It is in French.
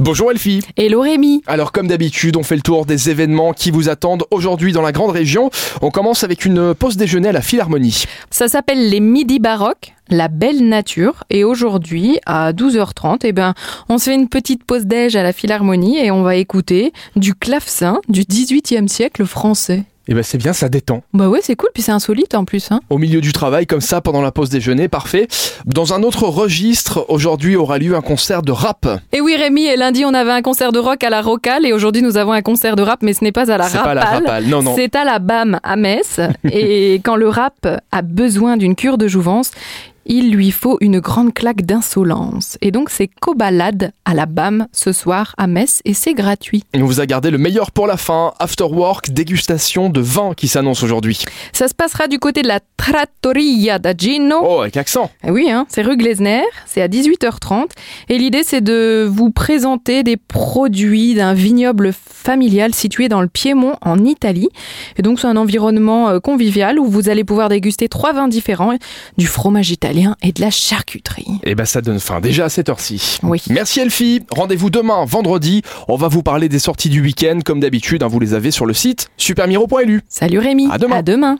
Bonjour Elfie Hello Rémi Alors comme d'habitude, on fait le tour des événements qui vous attendent aujourd'hui dans la grande région. On commence avec une pause déjeuner à la Philharmonie. Ça s'appelle les Midi Baroques, la belle nature. Et aujourd'hui, à 12h30, eh ben, on se fait une petite pause déj à la Philharmonie et on va écouter du clavecin du 18e siècle français. Et ben c'est bien, ça détend. Bah ouais, c'est cool, puis c'est insolite en plus. Hein. Au milieu du travail, comme ça, pendant la pause déjeuner, parfait. Dans un autre registre, aujourd'hui aura lieu un concert de rap. Et oui Rémi, et lundi on avait un concert de rock à la Rocale et aujourd'hui nous avons un concert de rap, mais ce n'est pas à la c'est pas la Rapale. rapale, non non. C'est à la BAM à Metz. et quand le rap a besoin d'une cure de jouvence, il lui faut une grande claque d'insolence. Et donc, c'est Cobalade à la BAM ce soir à Metz et c'est gratuit. On vous a gardé le meilleur pour la fin. After work, dégustation de vin qui s'annonce aujourd'hui. Ça se passera du côté de la Trattoria d'Agino. Oh, avec accent. Eh Oui, hein, c'est rue Glesner, c'est à 18h30. Et l'idée, c'est de vous présenter des produits d'un vignoble familial situé dans le Piémont, en Italie. Et donc, c'est un environnement euh, convivial où vous allez pouvoir déguster trois vins différents, du fromage italien et de la charcuterie. Et ben ça donne faim déjà à cette heure-ci. Oui. Merci Elfie. Rendez-vous demain, vendredi. On va vous parler des sorties du week-end comme d'habitude. hein, vous les avez sur le site supermiro.lu. Salut Rémi. À demain. À demain.